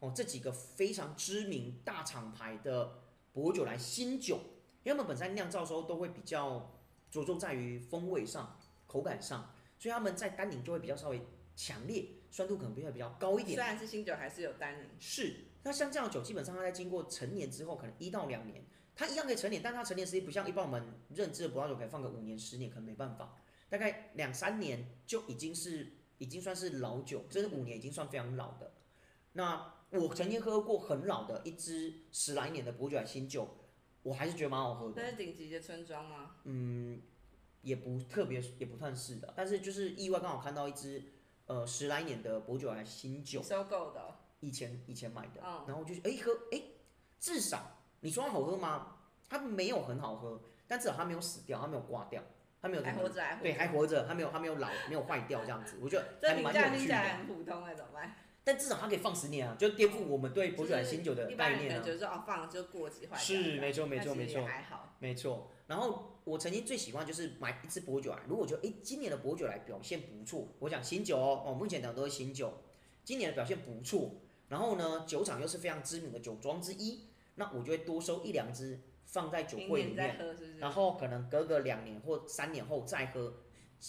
哦，这几个非常知名大厂牌的薄酒来新酒，因为他们本身酿造的时候都会比较着重在于风味上、口感上，所以他们在单宁就会比较稍微强烈，酸度可能会比较高一虽点。然是新酒，还是有单宁。是，那像这样的酒，基本上它在经过陈年之后，可能一到两年，它一样可以陈年，但它陈年时间不像一般我们认知的葡萄酒可以放个五年、十年，可能没办法，大概两三年就已经是已经算是老酒，甚至五年已经算非常老的。那我曾经喝过很老的一支十来年的伯爵新酒，我还是觉得蛮好喝的那。是顶级的村庄吗？嗯，也不特别，也不算是的，但是就是意外刚好看到一支呃十来年的伯爵新酒，收购的哦、以前以前买的，嗯然后就哎喝哎，至少你说它好喝吗？它没有很好喝，但至少它没有死掉，它没有挂掉，它它没有还停活止，着，还活着对，还活着，它没有它没有老，没有坏掉这样子，我觉得这还评蛮价有听趣起来的。很普通哎，怎么办？但至少它可以放十年啊，就颠覆我们对博就酒是来新酒的一般概人可念能啊觉。得说哦，放 [laughs] 了就过期坏掉。是这样没但其实错没错没也错还好。没错，然后我曾经最喜欢就是买一支薄酒来，如果觉得哎今年的薄酒来表现不错，我讲新酒哦，哦目前讲的都是新酒，今年的表现不错，然后呢酒厂又是非常知名的酒庄之一，那我就会多收一两支放在酒明柜里年再面，喝是不然是？后可能隔个两年或三年后再喝，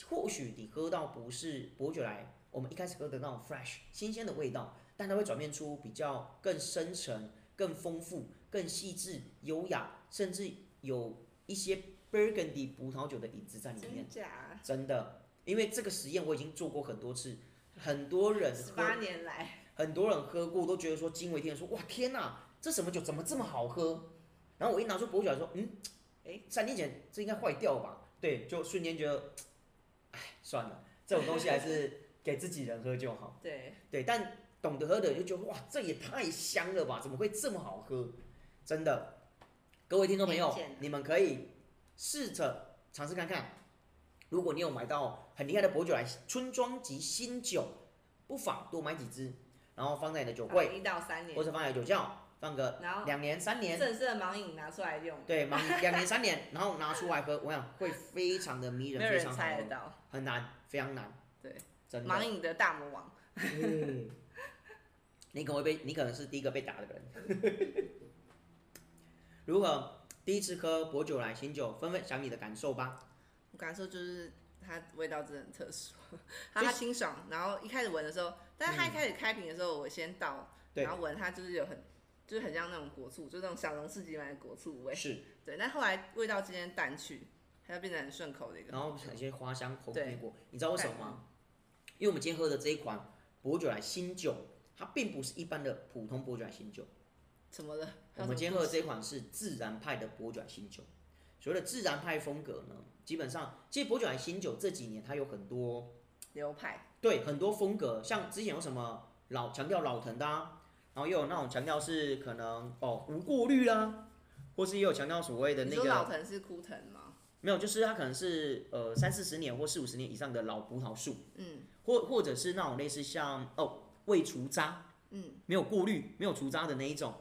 或许你喝到不是薄酒来，我们一开始喝的那种 fresh 新鲜的味道，但它会转变出比较更深沉、更丰富、更细致、优雅，甚至有一些 Burgundy 葡萄酒的影子在里面真。假？真的，因为这个实验我已经做过很多次，很多人十喝八年来，很多人喝过都觉得说惊为天人，说哇天呐，这什么酒怎么这么好喝？然后我一拿出薄酒来说，嗯，哎，三年前这应该坏掉吧？对，就瞬间觉得，哎，算了，这种东西还是给自己人喝就好。对，对，但懂得喝的人就觉得哇，这也太香了吧，怎么会这么好喝？真的，各位听众朋友推荐，你们可以试着尝试看看。如果你有买到很厉害的薄酒来春装及新酒，不妨多买几支，然后啊放在你的酒柜，一到三年或，者放在酒窖，放个然后两年三年，正式的盲饮拿出来用，对，满两年三年，然后拿出来喝，我想会非常的迷没有人，非人常好喝猜得，到。很难，非常难。对，真的盲。饮的大魔王，嗯，你可能会被，你可能是第一个被打的人。 [laughs] 如何第一次喝薄酒来新酒，分分享你的感受吧。我感受就是它味道真的很特殊，它它清爽。然后一开始闻的时候，但是它一开始开瓶的时候，我先倒，嗯对然后闻它就是有很，就是很像那种果醋，就那种小农市集买的果醋味。是，对，但后来味道之间淡去，它就变得很顺口的一个。然后有些花香、红对嗯苹果，你知道为什么吗？因为我们今天喝的这一款薄酒来新酒，它并不是一般的普通薄酒来新酒。怎么了？我们今天喝的这款是自然派的伯爵新酒。所谓的自然派风格呢，基本上其实伯爵新酒这几年它有很多流派，对很多风格，像之前有什么老强调老藤的、啊，然后又有那种强调是可能哦无过滤啊，或是也有强调所谓的你那说老个藤是枯藤吗？没有，就是它可能是呃三四十年或四五十年以上的老葡萄树，嗯或或者是那种类似像哦未除渣，嗯，没有过滤、没有除渣的那一种，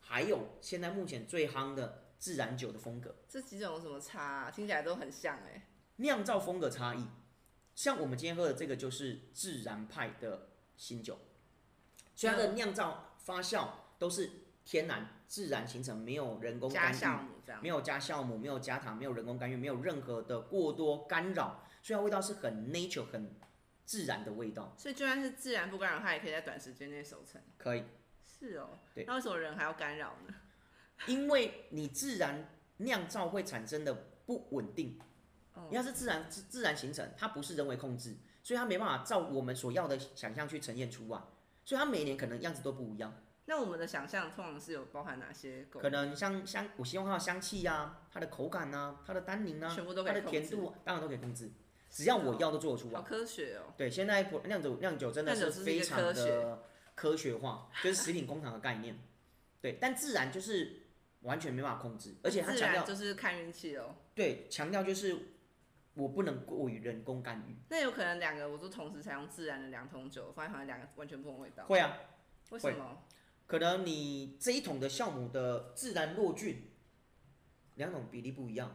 还有现在目前最夯的自然酒的风格，这几种有什么差啊、听起来都很像哎、酿造风格差异。像我们今天喝的这个就是自然派的新酒，所以它的酿造、发酵都是天然、自然形成，没有人工加干酵预，母这样没。有加酵母，没有加糖，没有人工干预，没有任何的过多干扰，所以它味道是很 nature、很自然的味道，所以就算是自然不干扰，它也可以在短时间内熟成。可以。是哦，对那为什么人还要干扰呢？因为你自然酿造会产生的不稳定哦，你要是自然自自然形成，它不是人为控制，所以它没办法照我们所要的想象去呈现出来，所以它每年可能样子都不一样，那我们的想象通常是有包含哪些狗？可能像香，我希望它的香气呀、它的口感呐、它的单宁啊，全部都可它以的甜度啊，当然都可以控制，只要我要都做得出来哦好。科学哦，对，现在葡酿酒酿酒真的酿酒是是一非个常科学的科学化，就是食品工厂的概念。对，但自然就是完全没办法控制，而且它自强调然就是看运气哦。对，强调就是我不能过于人工干预。那有可能两个我都同时采用自然的两桶酒，发现好像两个完全不同味道，会啊，为什么？可能你这一桶的酵母的自然落菌，两种比例不一样，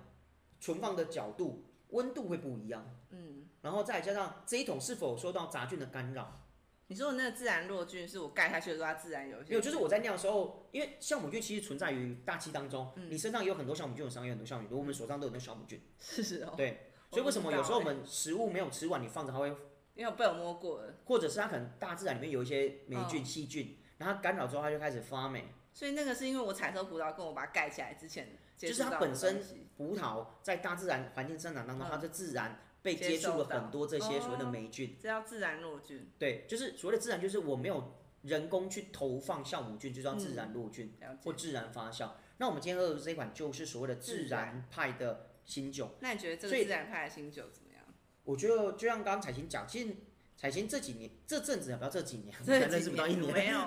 存放的角度、温度会不一样，嗯，然后再加上这一桶是否受到杂菌的干扰。你说的那个自然落菌是我盖下去的时候它自然有一些，没有，就是我在酿的时候，因为酵母菌其实存在于大气当中，嗯你身上也有很多酵母菌，我身上也有很多酵母菌，我们手上都有很多酵母菌。 [laughs] 是哦，对，我所以为不什么知有道时候欸我们食物没有吃完，你放着它会因为我被我摸过了，或者是它可能大自然里面有一些霉菌、哦细菌，然后它干扰之后，它就开始发霉。所以那个是因为我采收葡萄跟我把它盖起来之前接就是触到它的本东西，身葡萄在大自然环境生长当中，嗯它就自然被接接触受了到很多这些所谓的哦霉菌。这叫自然落菌，对，就是所谓的自然，就是我没有人工去投放酵母菌，就叫自然落菌嗯了或解。自然发酵。那我们今天喝的这一款就是所谓的自自然然派的新酒。那你觉得这所个以自然派的新酒怎么样？我觉得就像刚刚彩琴讲，其实彩琴这几年这阵子，不要这几年，这才认识不到一几年，没 [laughs] 有，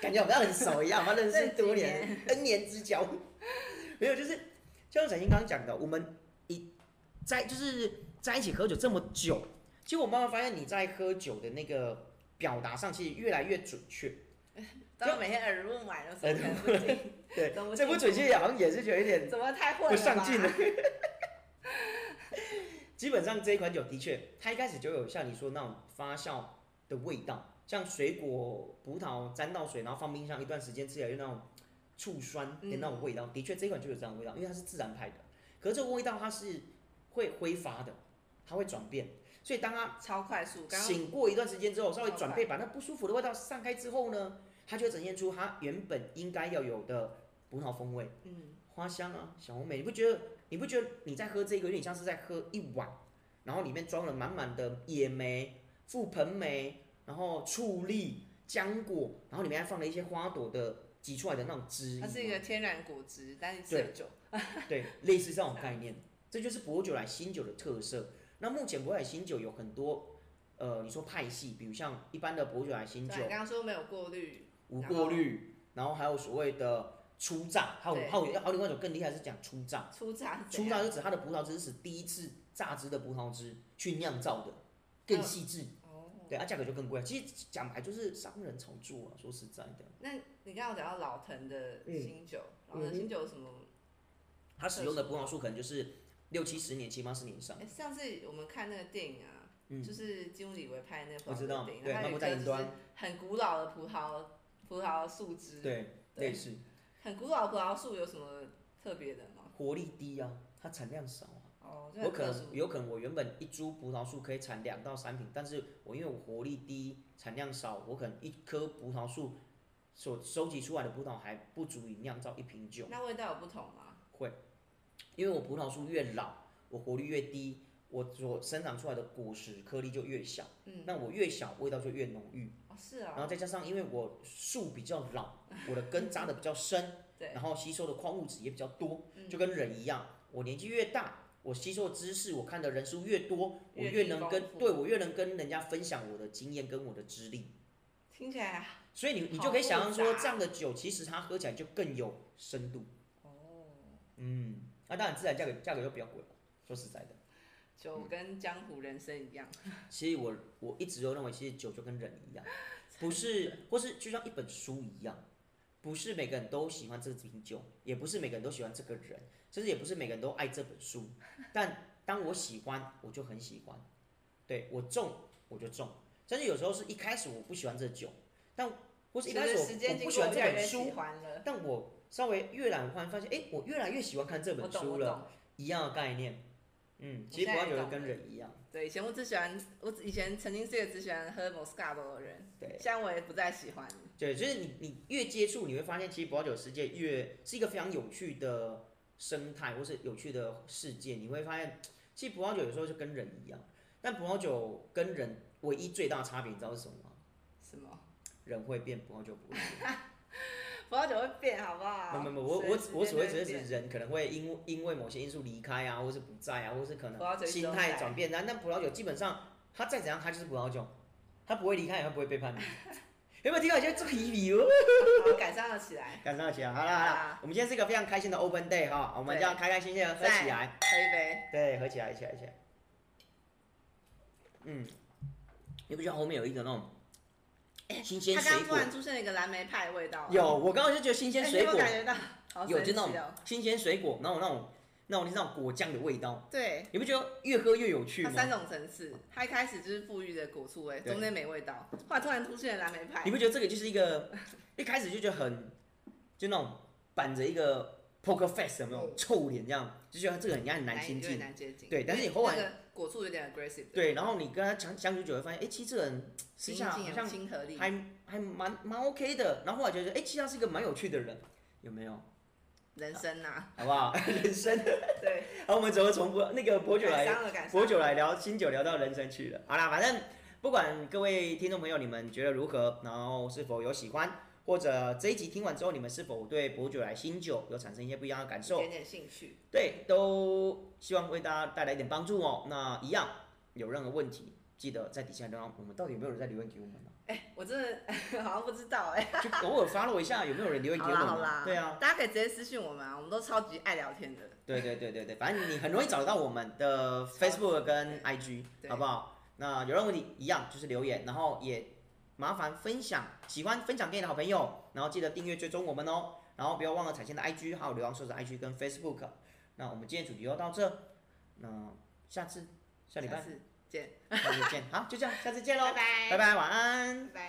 感觉好像很熟一样，我们认识这多几 [laughs] 年，N 年之交。没有，就是就像彩欣刚刚讲的，我们一在就是在一起喝酒这么久，其实我慢慢发现你在喝酒的那个表达上，其实越来越准确。当每天耳濡目染的时候，可能不行，哎 [laughs] 对懂不，这不清准楚确也好像也是有一点 [laughs] 怎么太混了不上吧进了。基本上这一款酒的确，它一开始就有像你说那种发酵的味道，像水果、葡萄沾到水，然后放冰箱一段时间，吃起来就那种醋酸的那种味道。的确，这一款就有这样的味道，因为它是自然派的。可是这个味道它是会挥发的，它会转变，所以当它超快速，刚刚醒过一段时间之后，稍微好转快变，把那不舒服的味道散开之后呢，它就会呈现出它原本应该要有的葡萄风味。嗯，花香啊，小红莓，你不觉得？你不觉得你在喝这个有点像是在喝一碗，然后里面装了满满的野莓、覆盆莓，然后醋栗、浆果，然后里面还放了一些花朵的挤出来的那种汁液吗，它是一个天然果汁，但是吃了酒， [laughs] 对，类似这种概念，这就是薄酒来新酒的特色。那目前薄酒来新酒有很多，呃，你说派系，比如像一般的薄酒来新酒对，你，刚刚说没有过滤，无然过后滤，然后还有所谓的初榨，还有对还有还有另外一种更厉害是讲初榨。粗榨是初怎榨样？就指它的葡萄汁是第一次榨汁的葡萄汁去酿造的，更细致，哦，对，啊，价格就更贵。其实讲白就是商人炒作啊，说实在的，那你刚刚讲到老藤的嗯新酒，老藤嗯哼新酒有什么？它使用的葡萄树可能就是六七十年、七八十年以上哎，，上次我们看那个电影啊，嗯就是金武李维拍的那个葡我萄酒知道，电影，对，它漫有步一在个就云是端，很古老的葡萄葡萄树枝，，对，对类似很古老的葡萄树有什么特别的吗？活力低啊，它产量少啊。哦，就我很可特能殊，有可能我原本一株葡萄树可以产两到三瓶，但是我因为我活力低、产量少，我可能一棵葡萄树所收集出来的葡萄还不足以酿造一瓶酒。那味道有不同吗？会，因为我葡萄树越老，我活力越低，我所生长出来的果实颗粒就越小。嗯，那我越小，味道就越浓郁。哦是然后哦，再加上因为我树比较 [laughs] 老，我的根扎的比较深，对然，后吸收的矿物质也比较多，嗯就跟人一样，我年纪越大。我吸收的知识，我看的人数越多，我阅越历能丰跟富对我越能跟人家分享我的经验跟我的资历，听起来所以你你好就可以想象复说，杂这样的酒其实它喝起来就更有深度。哦，嗯，那、当然自然价格价格就比较贵了。说实在的，酒嗯跟江湖人生一样，其实我我一直都认为，其实酒就跟人 [laughs] 一样，不是或是就像一本书一样，不是每个人都喜欢这瓶酒，也不是每个人都喜欢这个人，甚至也不是每个人都爱这本书。但当我喜欢，我就很喜欢，对我中我就中，甚至有时候是一开始我不喜欢这酒，但或是一开随始着我时间我经不过喜欢这越来本越书喜，欢了，但我稍微阅览，我忽然发现，哎、我越来越喜欢看这我本懂书我了。懂。一样的概念。嗯，我其实现葡在萄酒懂就跟了人一样，对，以前我只喜欢，我以前曾经是一个只喜欢喝 Moscato 的人，对现在我也不再喜欢。对，就是你你越接触，你会发现其实葡萄酒世界越是一个非常有趣的生态，或是有趣的世界。你会发现，其实葡萄酒有时候就跟人一样，但葡萄酒跟人唯一最大的差别，你知道是什么吗？什么？人会变，葡萄酒不会变。葡萄酒会变，好不好？没有没有，我随我着啊时间我所谓就只会是指变人可能会因为因为某些因素离开啊，或是不在啊，或是可葡萄酒能一直心都态在转变啊。但葡萄酒基本上，它再怎样，它就是葡萄酒，它不会离开，也不会 [laughs] 背叛你。有没有听到一些这个疑哦？好感伤了起来，感上起来，好啦好啦啊，我们今天是一个非常开心的 Open Day 哈，我们对这样开开心心的喝起来，喝一杯。对，喝起来，起来，起来。嗯，你不觉得后面有一个那种新鲜它哎刚刚水突果？然出现了一个蓝莓派味道，有，我刚刚就觉得新哎，鲜你水有没果有感觉到？好有神就那奇种哦新鲜水果，然后那种那种那种果酱的味道，对，你不觉得越喝越有趣它吗？三种层次，它一开始就是馥郁的果醋味，对中间没味道，后来突然出现了蓝莓派你，不觉得这个就是一个 [laughs] 一开始就觉得很就那种板着一个 poker face 有没有臭脸这样，就觉得这个人家很难亲有点近。难接近。对但是你因为后来那个果醋有点 aggressive，的，对，然后你跟他相相处久了，发现哎、诶其实这个人私亲下好近有像亲和力，还还蛮蛮 OK 的，然后后来觉得哎、诶其实他是一个蛮有趣的人，有没有？人生啊呐，[laughs] 好不好？人生，对，好，我们怎么从博那个博酒来感伤了感伤博酒来聊新酒聊到人生去了。好啦，反正不管各位听众朋友你们觉得如何，然后是否有喜欢，或者这一集听完之后你们是否对博酒来新酒有产生一些不一样的感一受点，点兴趣。对，都希望为大家带来一点帮助哦。那一样有任何问题，记得在底下留言，我们到底有没有人在留言给我们呢、哎，我真的 [laughs] 好像不知道哎。就偶尔 follow 一下有没有人留言好给我啦好们、啦，对啊，，大家可以直接私信我们啊，我们都超级爱聊天的。对对对对对，反正你很容易找得到我们的 Facebook 跟 IG，哦对好不好？那有任何问题一样就是留言，然后也麻烦分享，喜欢分享给你的好朋友，然后记得订阅追踪我们哦，然后不要忘了彩线的 IG 还有流浪兽的 IG 跟 Facebook。那我们今天主题就到这，那下次下礼下拜次见，下次见，好，就这样，下次见喽，拜拜，拜，拜，晚安。拜拜。